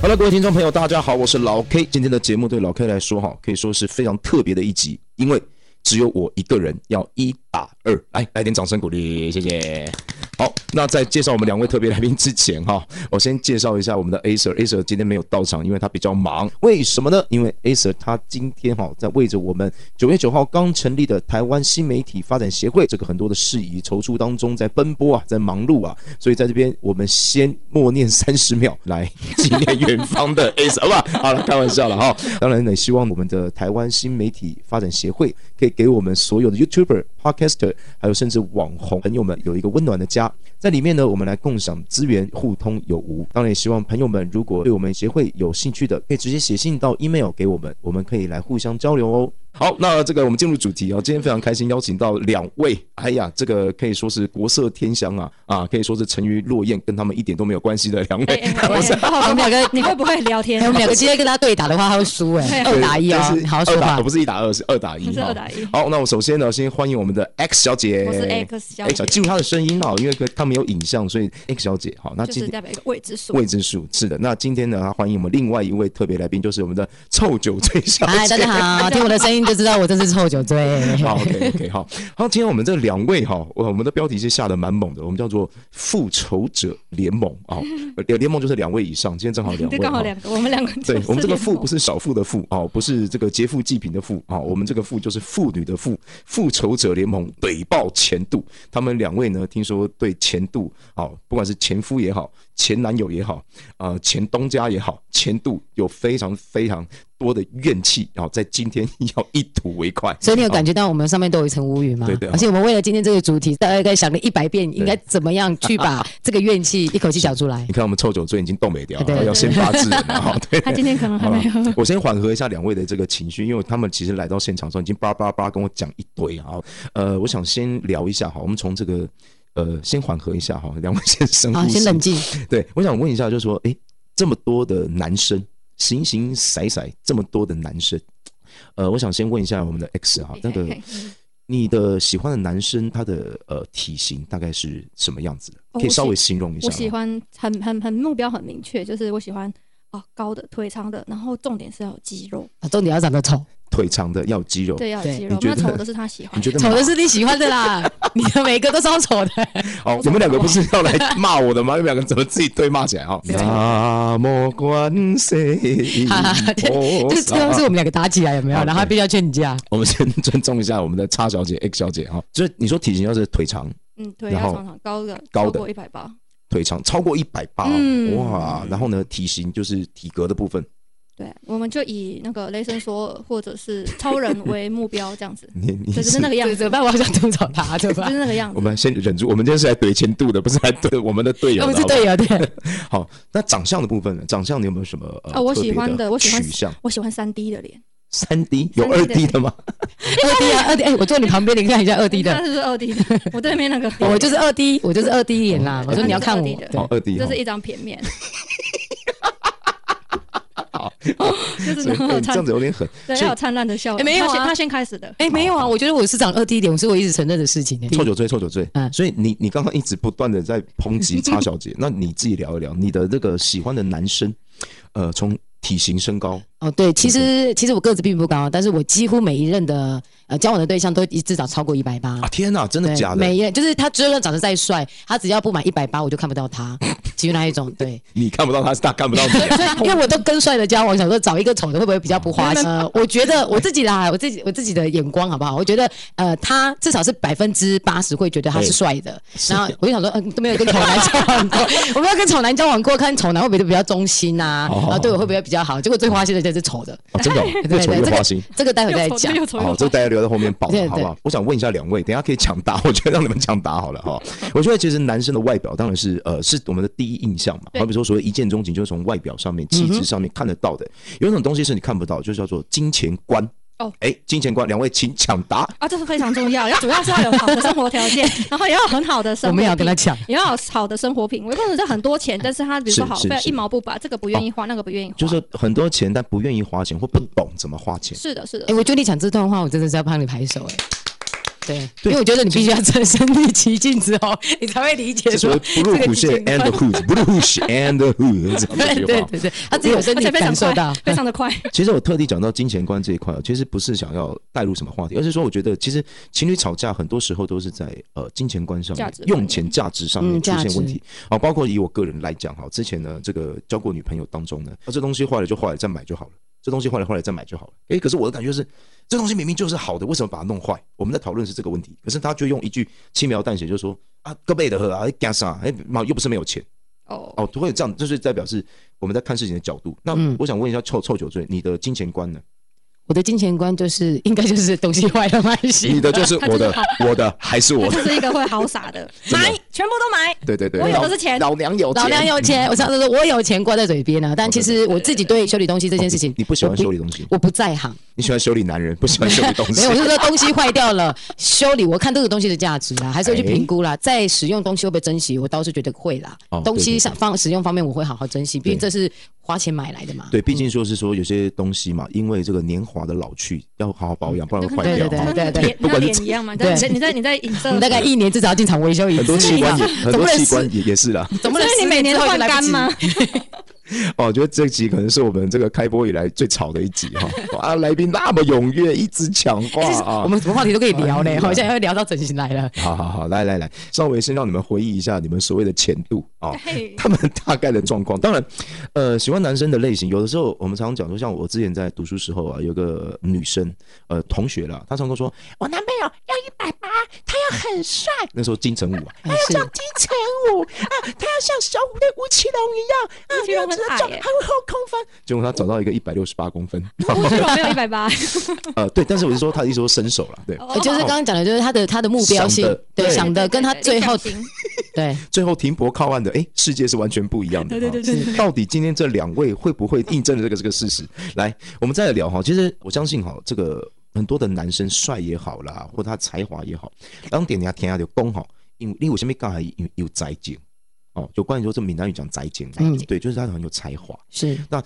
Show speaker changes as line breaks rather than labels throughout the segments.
好了，各位听众朋友，大家好，我是老 K。今天的节目对老 K 来说，哈，可以说是非常特别的一集，因为只有我一个人要一打二。来，来点掌声鼓励，谢谢。好，那在介绍我们两位特别来宾之前，哈，我先介绍一下我们的 A Sir。A Sir 今天没有到场，因为他比较忙。为什么呢？因为 A Sir 他今天哈在为着我们九月九号刚成立的台湾新媒体发展协会这个很多的事宜踌躇当中在奔波啊，在忙碌啊，所以在这边我们先默念三十秒来纪念远方 的 A Sir，好吧？好了，开玩笑了哈。当然也希望我们的台湾新媒体发展协会可以给我们所有的 YouTuber、Podcaster，还有甚至网红朋友们有一个温暖的家。在里面呢，我们来共享资源，互通有无。当然，也希望朋友们如果对我们协会有兴趣的，可以直接写信到 email 给我们，我们可以来互相交流哦。好，那这个我们进入主题啊、哦，今天非常开心邀请到两位，哎呀，这个可以说是国色天香啊，啊，可以说是沉鱼落雁，跟他们一点都没有关系的两 位。
我是我们 两个，你会不会聊天？
哎我们两个今天跟他对打的话，他会输哎，二打一啊，你好好说
二打哦
话。
不是一打二，是二打一。
是二打一
好，那我首先呢，先欢迎我们的 X 小姐。
我是 X 小姐
记住她的声音啊，因为她没有影像，所以 X 小姐好，那
就
今
是
天。
代表一个未知数。
未知数是的，那今天呢，欢迎我们另外一位特别来宾，就是我们的臭酒醉小
啊
嗨，哎大
姐。
家好，听我的声音就知道我真是臭酒醉。
好，OK OK，好，好，今天我们这两位哈，我我们的标题是下的蛮猛的，我们叫做复仇者联盟啊，联、联盟就是两位以上，今天正好两
就
位，哦
刚好
哈
两个，我们两个就 是
对我们这个
联盟
富不是少妇的富哦，不是这个劫富济贫的富哦，我们这个富就是妇女的富。复仇者联盟怼爆前度，他们两位呢，听说对前度哦，不管是前夫也好，前男友也好，呃，前东家也好，前度有非常非常多的怨气哦，在今天 要一吐为快。哦
所以你有感觉到我们上面都有一层乌云吗？
对对
而且我们为了今天这个主题，大概想了一百遍，应该怎么样去 把这个怨气一口气讲出来
你？看我们臭酒醉已经冻没掉
对
了，
对
要先发制人了 哈。对，
他今天可能还
好
哎
没
了
有，
我先缓和一下两位的这个情绪，因为他们其实来到现场的时候已经叭叭叭跟我讲一堆啊。呃，我想先聊一下哈，我们从这个呃先缓和一下哈，两位先深呼
好，
吸。
先冷静。
对，我想问一下，就是说，诶，这么多的男生，形形色色，这么多的男生，呃，我想先问一下我们的 X 啊，那个
嘿嘿
你的喜欢的男生他的呃体型大概是什么样子的？
哦
可以
我
稍
喜
微形容一下
我
吗。
喜欢很很很目标很明确，就是我喜欢哦高的腿长的，然后重点是要有肌肉，
啊重点要长得丑，
腿长的，要有肌肉。
对，要有
对
肌
哦你
肉。
觉
那
得
丑的是他喜欢
你觉得
的，
丑的是你喜欢的 啦，你的每一个都超丑的。
好， 你们两个不是要来骂我的吗？你们两个怎么自己对骂起 来啊？
对
那么关 系
哈哈，就就这样是我们两个打起来有没有？
啊好
然后他必须要劝你架。
我们先尊重一下我们的叉小姐、X 小姐哈。就是你说体型要是腿长，
嗯，腿
然
要
后
长长高的，
高
超
的
过一百八，
腿长超过一百八，哦
嗯
哇！然后呢，体型就是体格的部分，，
对，我们就以那个雷神索尔或者是超人为目标这样子
你你
对就是
是
那。个样
对，
子，
怎么办？我好想吐槽他，对
就
吧
是？那个样
我
子。
们先忍住，我们今天是来怼前度的，不是来怼我们的队友
我
的。
们哦
好不
是
好
队友，对。
好，那长相的部分呢，长相你有没有什么呃
啊我
特别
喜欢
的
的我喜欢
取向？
我喜欢三 D 的脸，
三 D 有二
3D 的
D 的吗？
二 D 啊，二 D，哎、我坐你旁边，你看一下二 D
他
的，
是二 D 的，我对面那个
我就是二 D，我就是二 D 脸啦。我说你要看我，
2D 的
哦
对，
二 D
就
哈
是一张平面。
好，
就是
所以
然后
哎
有
这
灿
样子有点狠。
对
所以
要有灿烂的笑容。
哎没有啊
他先他先开始的，
哎、没有
哦
啊，我觉得我是长二 D 脸，是我一直承认的事情、欸。
臭酒醉，臭酒醉。
嗯
所以你你刚刚一直不断的在抨 击叉小姐，那你自己聊一聊你的这个喜欢的男生，呃，从体型、身高，
哦，对，其实
嗯
其实我个子并不高，但是我几乎每一任的呃交往的对象都一至少超过一百八
啊，。天哪，真的
嗯对
假
每
的？
一任就是他，就算长得再帅，他只要不满一百八，我就看不到 他，只有那一种。对，
你看不到他，是他看不到你。
所以因为我都跟帅的交往，想说找一个丑的会不会比较不花心？呃，我觉得我自己啦， 我自己我自己的眼光好不好？我觉得呃，他至少是百分之八十会觉得他是帅的。然后我就想说，嗯、都没有跟丑男交 往过，我没有跟丑男交往过，看丑男会不会比较忠心啊？
哦
然后对我会不会比较好？结果最花心的就是 丑的，
哦，真的哦，越丑
对
越
这个
花心。
这个待会再
又丑
讲
又。丑又
好，
丑
这个大家留在后面保
对对
好不好？我想问一下两位，等一下可以抢答，我 觉得让你们抢答好了哈。我觉得其实男生的外表当然是呃是我们的第一印象嘛，
对
好比说所谓一见钟情，就是从外表上面、
嗯
气质上面看得到的。有一种东西是你看不到，就叫做金钱观。
哦
哎，金钱观，两位请抢答。
啊，这是非常重要，要主要是要有好的生活 条件，然后也要有很好的生
我
活
们
品
也要跟他抢。
也要有好的生活品味，不能是很多钱，但是他比如说
是
好
是
费
是哦
一毛不拔，这个不愿意花，那个不愿意花，
就是很多钱，但不愿意花钱或不懂怎么花钱。
是的，是的
哎、，我觉得你讲这段话，我真的是要帮你拍手哎、对，
对
因为我觉得你必须要真身临其境之后， 你才会理
这
解
是
说
不入虎穴
这个
and the
地
who，不入虎穴 and the who 这样的
对
一句
对
话。
对对，他
哎
自己有身
而
体
且非常
感受
快
到，嗯
非常 的快。
其实我特地讲到金钱观这一块啊，其实不是想要带入什么话题，而是说我觉得其实情侣吵架很多时候都是在呃金钱观上面
价值、观
用钱价值上面
嗯
出
价
现问
值
题。好，包括以我个人来讲哈，之前呢这个交过女朋友当中呢，啊这东西坏了就坏了，再买就好了。这东西坏了，坏了再买就好了。诶，可是我的感觉是，这东西明明就是好的，为什么把它弄坏？我们在讨论是这个问题，可是他就用一句轻描淡写就说啊，各辈的喝啊，干啥？哎，妈又不是没有钱。
哦，
哦，会有这样，就是代表是我们在看事情的角度。那
嗯
我想问一下臭臭酒醉，你的金钱观 呢？
我的金钱观就是应该就是东西坏了卖
你
新，
的就是我 的，我的还是我
他
的，
就是一个会好傻的，
真的
买全部都买。
对对对，
我有的
老
是钱
老娘有
老娘有钱，我常常说我有钱挂在嘴边啊，但其实我自己对修理东西这
这
件事情，
你不喜欢
我不
修理东西，
我不在行，
你喜欢修理男人，不喜欢修理东西。
没有，我是说东西坏掉了，修理我看这个东西的价值啊，还是会去评估啦。在使用东西会不会珍惜，我倒是觉得会啦。
哦
东
对对
西
对
上方使用方面我会好好珍惜，毕竟这是花钱买来的嘛。
对，毕竟说是说有些东西嘛，因为这个年华的老去，要好好保养，不然
就
会
跟
坏
那
掉
个
啊。
对对对
就跟 那个脸
对
不
那
管是
脸一样嘛，你
对
在你在你在影 射，
你大概一年至少要进厂维修一
很多
次，啊
器官也，很
总
多
不能
器
十
官也也是啦。
总不
所
能
以你
十
每年
之
都
后
换
就来不
肝
及
吗？？
哦，我觉得这集可能是我们这个开播以来最吵的一集哈。啊，来宾那么踊跃，一直讲话
哎其实
啊。
我们什么话题都可以聊
哎
呢，
呀
好像要聊到整形来了。
好好好，来来来，稍微先让你们回忆一下你们所谓的前度啊、
嘿
他们大概的状况。当然，呃，喜欢男生的类型，有的时候我们常常讲说，像我之前在读书时候啊，有个女生，呃，同学啦，她常常说，我男朋友要一百八，他要很帅，那时候金城武啊，
哎是
金城武啊，他要像小虎队吴奇隆一样啊，
吴奇隆很矮
要
耶
会后空翻，结果他找到一个一百六十八公分，然后
我没有一百八，
呃，对，但是我是说他一直说伸手了，对，
呃就是刚刚讲的，就是他的他的目标
想
性
的，
对，
对
想的跟他最后
对对对理想型
对
最后停泊靠岸的，哎，世界是完全不一样的。
对对对
啊
对
是到底今天这两位会不会印证了这个这个事实？来，我们再来聊哈。其实我相信哈，这个很多的男生帅也好啦，或他才华也好，当点下天下就攻哈，因为因为我前面刚才有有宅景哦，有关于说这闽南语讲宅景，
嗯
对，就是他很有才华。
是。
那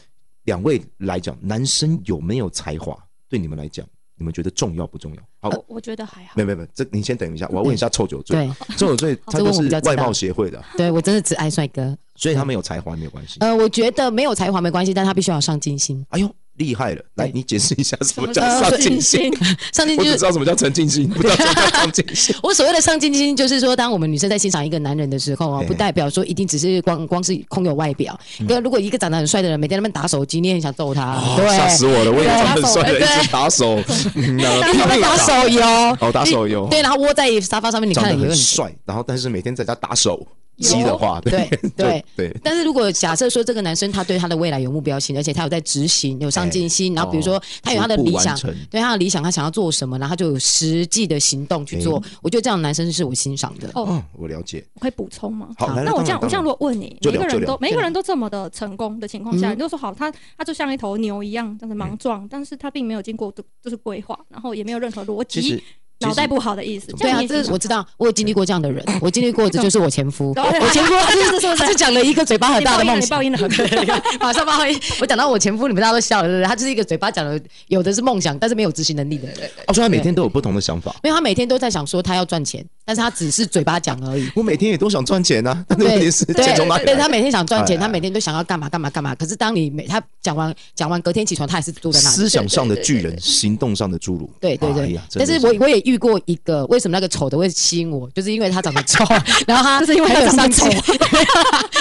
两位来讲，男生有没有才华，对你们来讲，你们觉得重要不重要？好，
我我觉得还好
没。有没有没有，这您先等一下，我要问一下臭酒醉。
呃对，哦
臭酒醉他
这
就
问我
是
比较知道
外貌协会的，
对我真的只爱帅哥。
所以他没有才华没有关系。
呃，我觉得没有才华没关系，但他必须要有上进心。
哎呦，厉害了！来，
对
你解释一下什么叫
什么
上
叫
进心？
呃上 进
我
心就
只
是
知道什么叫沉浸心，不知道什么叫上进 心。
我所谓的上进心，就是说，当我们女生在欣赏一个男人的时候啊，
哎
不代表说一定只是光光是空有外表。那、如果一个长得很帅的人每天在那边打手机，你也很想揍他，
嗯哦
啊对，
吓死我了！我以为
对
他们帅的，
对
一直打 手，嗯那
他们打手游，
哦，打手游，
对，然后窝在沙发上面，你
长
看了
得
也会
很
很。
帅，然后但是每天在家打手机的话，对
有对
对
对
对，
但是如果假设说这个男生他对他的未来有目标性，而且他有在执行，有上进
哎
心，然后比如
哦
说他有他的
逐步
理想
完成，
对他的理想，他想要做什么，然后他就有实际的行动去做。我觉得这样的男生是我欣赏的。
嗯哦
哦，我了解。
我可以补充吗？
好，来，来
那我这样，
哎当然
我这样，如果问你，
就
每
聊
个人
就聊嗯
都每一个人都这么的成功的情况下，你就说好，他他就像一头牛一样，这样子莽撞，但是他并没有经过就是规划，然后也没有任何逻
其实
辑，脑袋不好的意思。
对啊，
样你
这
也欣赏
我知道，我有经历过这样 的人，我经历过的就是我前夫，
懂懂
我前夫他
是
就是
是是
他就讲了一个嘴巴很大的梦
哦你
想
报。音了，你报音了。
马上报音，我讲到我前夫，你们大家都笑了，对不对？他就是一个嘴巴讲了，有的是梦想，但是没有执行能力的人。
哦，所以他每天都有不同的想法。
因为他每天都在想说他要赚钱，但是他只是嘴巴讲而已。
我每天也都想赚钱啊， 但是问题
对
是
对
钱从哪里
对，
来？
他每天想赚钱，
哎哎
他每天都想要干嘛干嘛干嘛。可是当你每他讲完讲完，隔天起床他还是坐在那里。
思想上的巨人，行动上的侏儒。
对对
哎
对，
呀真
但
的
是我我也遇过一个，为什么那个丑的会吸引我，就是因为他长得丑， 然后他
就是因为他
很有
长
上
得
进，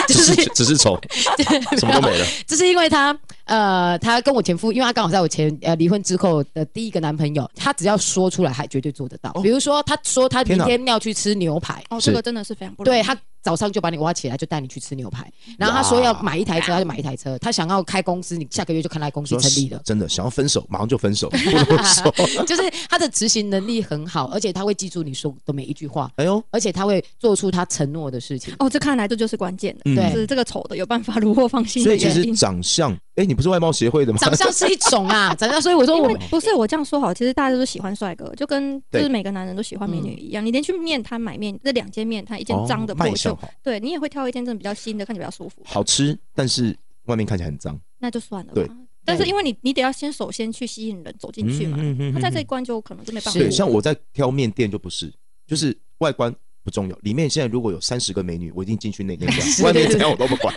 就
只
是
是只是丑，什么都没了。
就是因 为他呃，他跟我前夫，因为他刚好在我前呃离婚之后的第一个男朋友，他只要说出来，还绝对做得到。比如说，他说他
哦天
明
哪
天要去吃牛排，
哦，
是
这个真的是非常不容易
对他早上就把你挖起来，就带你去吃牛排。然后他说要买一台车，他就买一台车。他想要开公司，你下个月就看他公司
说
成立了。
真的想要分手，马上就分手，不啰嗦。
就是他的执行能力很好，而且他会记住你说的每一句话，
哎呦，
而且他会做出他承诺 的事情。
哦，这看来这就是关键的，
嗯
对
就是这个丑的有办法虏获芳心
所
的
以其
原
实
因。
长相，哎，你不是外貌协会的吗？
长相是一种啊，长相，所以我说
因
我
为不是我这样说好，其实大家都喜欢帅哥，就跟就
对
是每个男人都喜欢美女一样。你连去面摊买面，这两间面摊，一件脏的
哦
破
卖相
旧，
好，
对嗯你也会挑一件真的比较新的，看起来比较舒服，
好吃，但是外面看起来很脏。
那就算了吧。
对
但是因为你你得要先首先去吸引人走进去嘛，
嗯
他在这一关就可能就没办法。
对，像我在挑面店就不是，就是外观不重要，里面现在如果有三十个美女，我一定进去那那关，外面怎样我都不管。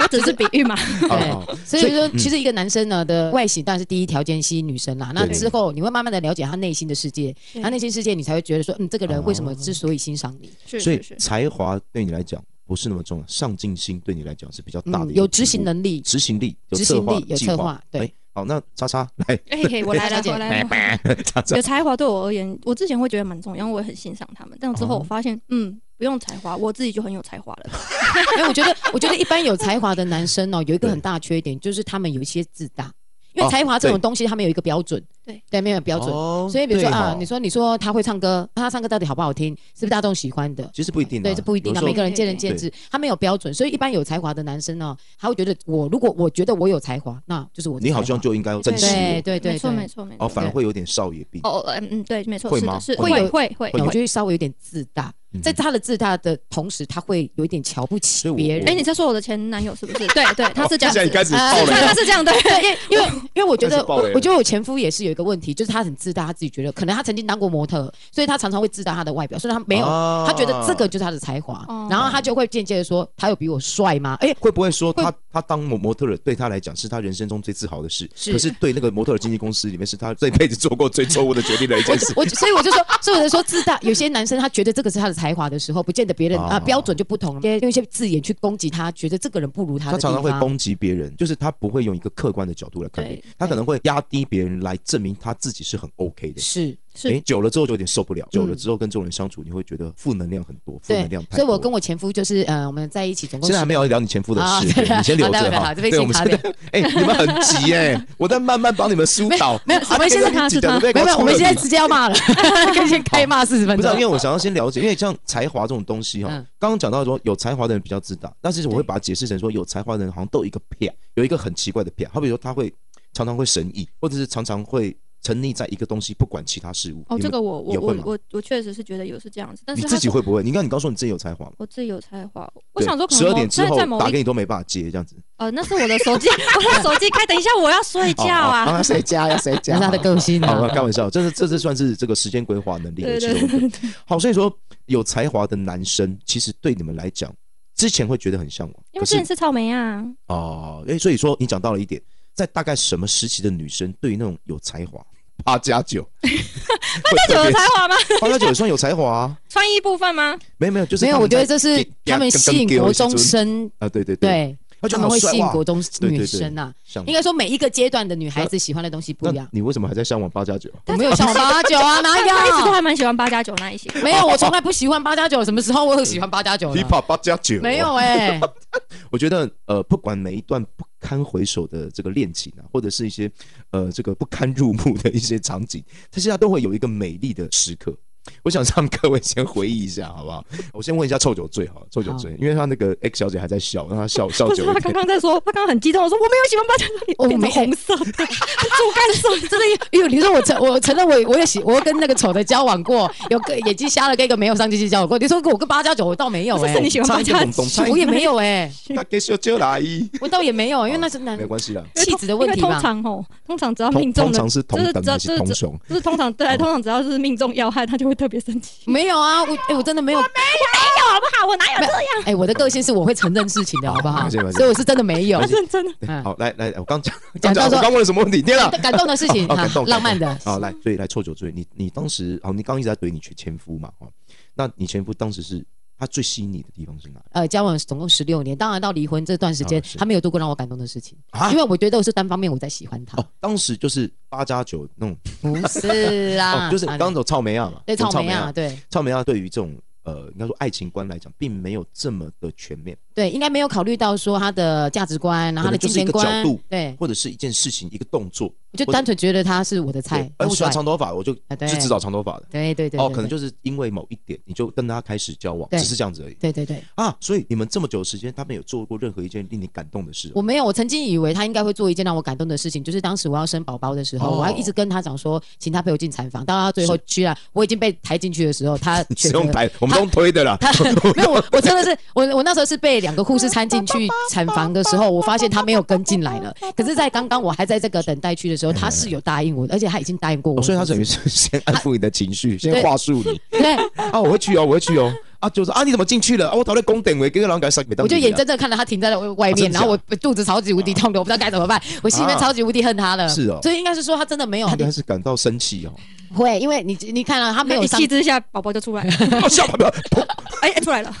我只是比喻嘛。
对
好好好，
所以说，其实一个男生呢的外形当然是第一条件吸引女生啦。那
对
之后你会慢慢的了解他内心的世界，
对
他内心世界你才会觉得说，嗯，这个人为什么之所以欣赏你，
是
所以
是是，
才华对你来讲不是那么重要，上进心对你来讲是比较大的
嗯
一，个
有执行
进步、
能力，
执行力、有
执
策
行
划
力、有
计
策划，
哎
对，
好，那叉叉来，
嘿嘿，我来了，我来了。
叉叉
有才华对我而言，我之前会觉得蛮重要，因为我也很欣赏他们。但之后我发现，嗯，不用才华，我自己就很有才华了。
因哎为我觉得，我觉得一般有才华的男生哦，有一个
对
很大的缺点，就是他们有一些自大。因为
哦
才华这种
对
东西，他们有一个标准，
对
对，没有标准。
哦
所以比如说
对
啊
哦，
你说你说他会唱歌，那他唱歌到底好不好听，是不是大众喜欢的？
其实不一定啊，
对，这不一定
有
啊，
时候
每个人见仁见智，他没有标准，所以一般有才华的男生呢，他会觉得我如果我觉得我有才华，那就是我的
你好
才华
像就应该要珍惜
啊对
我，
对对
没错没
对，
错没
哦，
错。
反而会有点少爷病。
哦，嗯嗯，对，没错，
会
是
吗
的，是
会
吗
会会会
我
会。
觉得稍微有点自大，
嗯
在他的自大的同时，他会有一点瞧
所
不起
以我
别
我
人
哎，。你在说我的前男友是不是？对对，他是这
哦现
样
在
子
你。开始
啊
爆
他
雷了
他是这样对，
因为因为我觉
开
得
始爆
我
雷了
我觉得我前夫也是有一个问题，就是他很自大，他自己觉得可能他曾经当过模特，所以他常常会自大他的外表，所以他没有，
啊
他觉得这个就是他的才华
哦，
然后他就会间接的说他有比我帅 吗？哎，
会不会说
会
他他当模模特儿对他来讲是他人生中最自豪的事，
是
可是对那个模特儿经纪公司里面是他这一辈子做过最错误的决定的一件事
哎。我所以我就说，所以我就说自大，有些男生他觉得这个是他的才华的时候，不见得别人
哦
啊、标准就不同了，用一些字眼去攻击他，觉得这个人不如他
他
的地
常
方。
常会攻击别人，就是他不会用一个客观的角度来看
对
你，他可能会压低别人来证明他自己是很 OK 的。
是嗯
是
诶久了之后就有点受不了，久了之后跟这种人相处，你会觉得负能量很多，负能
对
量，太多。
所以我跟我前夫就是呃，我们在一起总共
现在还没有聊你前夫的
啊
事，
对
对你先留
好待
着
会
哈。
好这边
对，
先
我们
卡
现在，哎，你们很急哎，我在慢慢帮你们疏 导。
没有，我们现在
他是他
没有，没有，我们现在直接要骂了， 可以先开骂四十分
不是、啊，因
钟
为。我想要先了解，因为像才华这种东西哈、
嗯
刚刚讲到说有才华的人比较自大，但是我会把它解释成说有才华的人好像都有一个撇，有一个很奇怪的撇，好比说他会常常会神意，或者是常常会沉溺在一个东西不管其他事物。
哦，
你们
这个我我
有会
我
吗
我我确实是觉得有是这样子，但
你
是
自
他
己
说
会不会？你刚你刚说你自己有才华嘛？
我自己有才华，我想说可能
十二
某
点之
在
后
在某
打
一
给你都没办法接这样子。
呃，那是我的手机，我的手机开，等一下我要睡觉
哦哦
啊。
啊谁加呀？谁
这
加？
是他的个性
好，
啊，
开玩笑，这是这是算是这个时间规划能力的
对
其
对
中一个
对。
好，所以说有才华的男生，其实对你们来讲，之前会觉得很向往，可
因为之
是
前是草莓啊，
哦，哎，所以说你讲到了一点，在大概什么时期的女生对于那种有才华，八加九，八
那就有才华吗？
八加九也算有才华啊？
穿衣部分 吗？
没有没有，就是
没有，
他
我
们
觉
在
得这是他们吸引国中生，
啊，对对，
对，
他
他
就
们
好
会
帅
吸引
哇
国中
对嗯对
女
对
生呐。
像
应该说每一个阶段的女孩子喜欢的东西不一
那
样。
你为什么还在向往八加九？
我没有像我八九 啊，哪
我一直都
有？
还蛮喜欢八加九那一型。
没有，我从来不喜欢八加九。什么时候我有喜欢八加九了？
hiphop 八加九
没有哎、
我觉得呃，不管每一段不堪回首的这个恋情啊，或者是一些呃这个不堪入目的一些场景，它现在都会有一个美丽的时刻。我想让各位先回忆一下，好不好？我先问一下臭酒醉，好了，臭酒醉，因为他那个 X 小姐还在笑，让她笑笑
不
久
是
一
他刚
哦点。
刚在说，他刚刚很激动，我说我哦没有喜欢八加
我
九，
没
变成红色的， 猪肝色，
真的，因为哎你说我承我承认我我也喜我有跟那个丑的交往过，有跟眼睛瞎了跟一个没有上进心交往过。你说我跟八加九，我倒没有
这
哎、
是你喜欢八加九
差一个懂懂差一个
我也没有哎、
那给小姐来，
我倒也没有，因为那是男
没关系啦。
气质的问题
因为通
吧。
常哦，通常只要
通
哎命中
通
的，
常是同等还
就是是
同
这
雄？
就是通常对，通常只要是命中要害，他就会特别生 气。
没有啊，我哎、我真的没有，哎、
没有好不好？我哪有这样？
我的个性是我会承认事情的，好不好？
没事没事
所以我是真的没有
我认真的，
对
嗯
好，来来，我刚讲刚讲，我
讲到说
刚问了什么问题？天啊！
感动的事情，
哦哦感
哈
动
浪漫的，
好，来，所以来臭酒醉，你你当时好，你刚刚一直在怼你前前夫嘛，哦，那你前夫当时是他最吸引你的地方是哪里？
呃，交往总共十六年，当然到离婚这段时间
啊，是
他没有做过让我感动的事情，
啊
因为我觉得我是单方面我在喜欢他，
哦，当时就是八加九那种，
不是啦，
哦，就是
啊
刚刚走草莓亚嘛，
对
有
草莓
亚
啊，，对
草莓亚对于这种呃，应该说爱情观来讲，并没有这么的全面，
对，应该没有考虑到说他的价值观，然后他的
可能就
金
是一
钱
个角
观
度，
对，
或者是一件事情一个动作，
我就
或者
单纯觉得他是我的
对
菜，，
哎，
很
我喜欢
帅，
长头发，我就就
啊对
只找长头发的，
对对对，
哦，
对
可能就是因为某一点，你就跟他开始交往，
对
只是这样子而已
对对对，
啊。所以你们这么久的时间，他们有做过任何一件令你感动的事吗？
我没有，我曾经以为他应该会做一件让我感动的事情，就是当时我要生宝宝的时候，
哦
我还一直啊跟他讲说，请他陪我进产房，到他最后居然我已经被抬进去的时候，他
你
选
是
择
用抬，我们中推的啦。
没有，我我真的是我我那时候是被两个护士搀进去产房的时候，我发现他没有跟进来了。可是，在刚刚我还在这个等待区的 时候，他是有答应我，而且他已经答应过我。
哦所以他等于是先安抚你的情绪，先
对
话术你
啊对，
啊，我会去哦，我会去哦。啊，就是啊，你怎么进去了？啊，我讨厌宫顶位，跟个狼改塞没到。
我就眼睁睁地看着他停在了外
啊真
面，
的
然后我肚子超级无敌痛的，我不知道该怎么办，我心里面
啊
超级无敌恨他了。
是哦
所以应该是说他真的没有
啊他应该是感到生气哦。
会，因为你你看啊，他没有
一
上
气之下，宝宝就出来了，
哦，吓跑砰！
哎、哎出来了。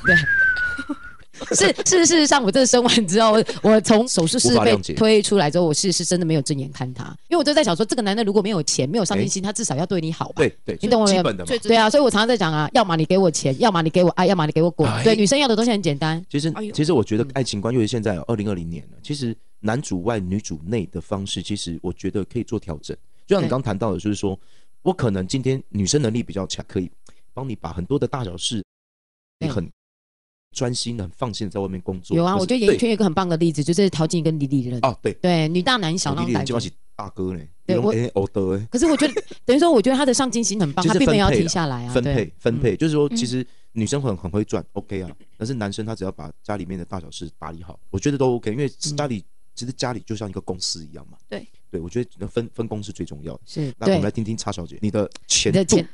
是是，事实上，我真的生完之后，我我从手术
无
室
法
被
谅解
推出来之后，我是是真的没有正眼看他，因为我就在想说，这个男人如果没有钱，没有上进心，他至少要对你好吧？
对对，
你懂我
基
的
本的嘛
最。知
对啊，所以我常常在讲啊，要么你给我钱，要么你给我爱，要么你给我滚。
哎
对，女生要的东西很简单，
其实
哎呦
其实我觉
嗯
得爱情观，尤其现在哦二零二零年了，其实男主外女主内的方式，其实我觉得可以做调整。就像你
对
刚谈到的，就是说我可能今天女生能力比较强，可以帮你把很多的大小事，你
对
很专心、很放心的在外面工作。
有啊，
可是
我觉得演艺
对
圈有一个很棒的例子，就是陶晶莹跟李李仁，
啊，对，
对，女大男小那
我
种
弟弟
感
基
觉
本。上是大哥呢，
对我
欧德哎，
可是我觉得，等于说，我觉得他的上进心很棒，
其
他
实
并没有要
分配
停
啦
下来啊。
分
对
配分配，就是说，其
嗯
实女生很很会赚，OK 啊，但是男生他只要把家里面的大小事打理好，我觉得都 OK，因为家里其实家里就像一个公司一样嘛。
嗯对，
对我觉得分分工是最重要的。
是
那我
对
们来听听叉小姐你的前
你的
度
钱，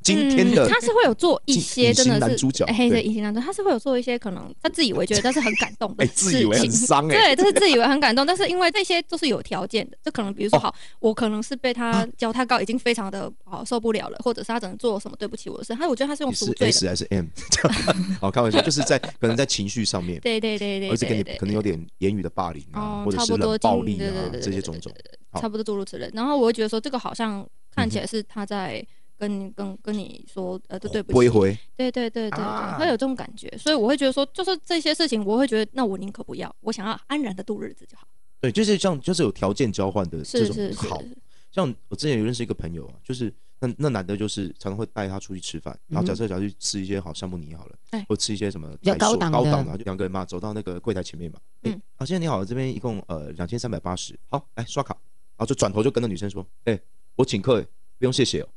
今天的
嗯、他是会有做一
隐
些
隐
真
形
的是哎
男主角
嘿，
对
对，隐形男主角，他是会有做一些可能他自以为觉得，但是很感动的
哎，
事
自
情。
以为很伤哎，
对，就是自以为很感动，但是因为这些都是有条件的，就可能比如说，
哦啊
好，我可能是被他脚踏高已经非常的好受不了了，或者是他只能做了什么对不起我的事，他我觉得他是用
你
赎
是
罪的，
S 还是 M？这 样好，开玩笑，就是在可能在情绪上面，
对对对对
而是给
对
你
对
可能有点言语的霸凌啊，
哦
或者
差
是
不多
冷暴
今
力
对对
啊
对对
这些
对
种种。好嗯
差不多诸如此类。然后我会觉得说，这个好像看起来是他在跟跟跟你说，呃，这对不
归
起，
哦回
对对对对对，
啊
会有这种感觉，所以我会觉得说，就是这些事情，我会觉得，那我宁可不要，我想要安然的度日子就好。
对，就是像就是有条件交换的这
是
种
是是，
好。像我之前有认识一个朋友啊，就是那那男的，就是常常会带他出去吃饭，然后假设假如去吃一些好香布尼好了，
嗯哎
或吃一些什么
比较
台
高
塑
档
高
的
档的啊，就两个人嘛，走到那个柜台前面嘛，哎
嗯
啊，先生你好，这边一共呃两千三百八十，好，来刷卡，然后就转头就跟那女生说，哎，我请客，哎不用谢谢 哦，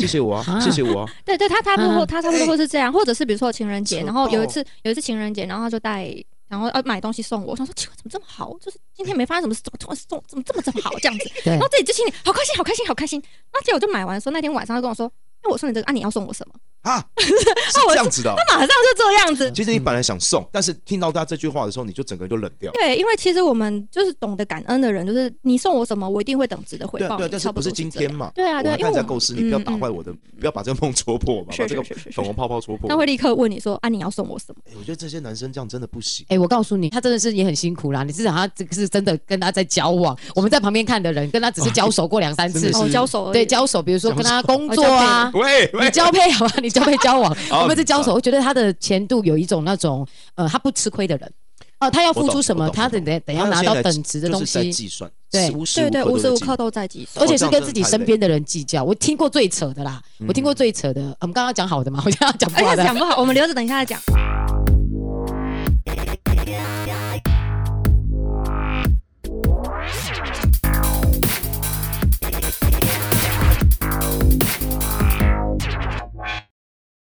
谢谢我啊，
啊
谢谢我啊，
对对，他他如
嗯
果他差不多会是这样，或者是比如说情人节，
扯
然后有一
爆
次有一次情人节，然后他就带。然后呃买东西送我，我想说奇怪怎么这么好，就是今天没发生什么事，怎么突然送怎么这么这么好这样 子，
对
然后自己就心里好开心好开心好开心。然后结果就买完的时候，那天晚上他跟我说，那我送你这个，啊你要送我什么？
啊，是这样子的哦。
马上就嗯这样子，
其实你本来想送，但是听到他这句话的时候，你就整个人就冷掉。
对，因为其实我们就是懂得感恩的人，就是你送我什么，我一定会等值得回
对啊
报
对啊
你。
但是
差
不
多
是
是
今
这样
天？嘛？
对啊
我
对啊
还
因为
看在
我嗯
构思，你不要打坏我的，不要把这个梦戳破吧，
是
把这个
是是是
粉红泡泡戳破。
他会立刻问你说啊，你要送我什么？
哎我觉得这些男生这样真的不行。
哎、我告诉你，他真的是也很辛苦啦。你至少他这个是真的跟他在交往，我们在旁边看的人跟他只是交手过两三
真的
次
是，
哦，交手而已
对，交手，比如说跟他工作啊，
喂喂
你，交配好吧， 你交配交往，
哦
我们是交手，我觉得他的前度有一种那种呃，他不吃亏的人。哦，他要付出什
我
么？
懂
他得得得要拿到等值的东
就是在
西，
计算，
对
无时
对对，无时
在
无
计算
刻。都在计算。
而且是跟自己身边的人计较。我听
嗯
嗯过最扯的啦，我听过最扯的。我们刚刚讲好的嘛，我现在要讲不
而
好
且
的。
讲不好，我们留着等一下再讲。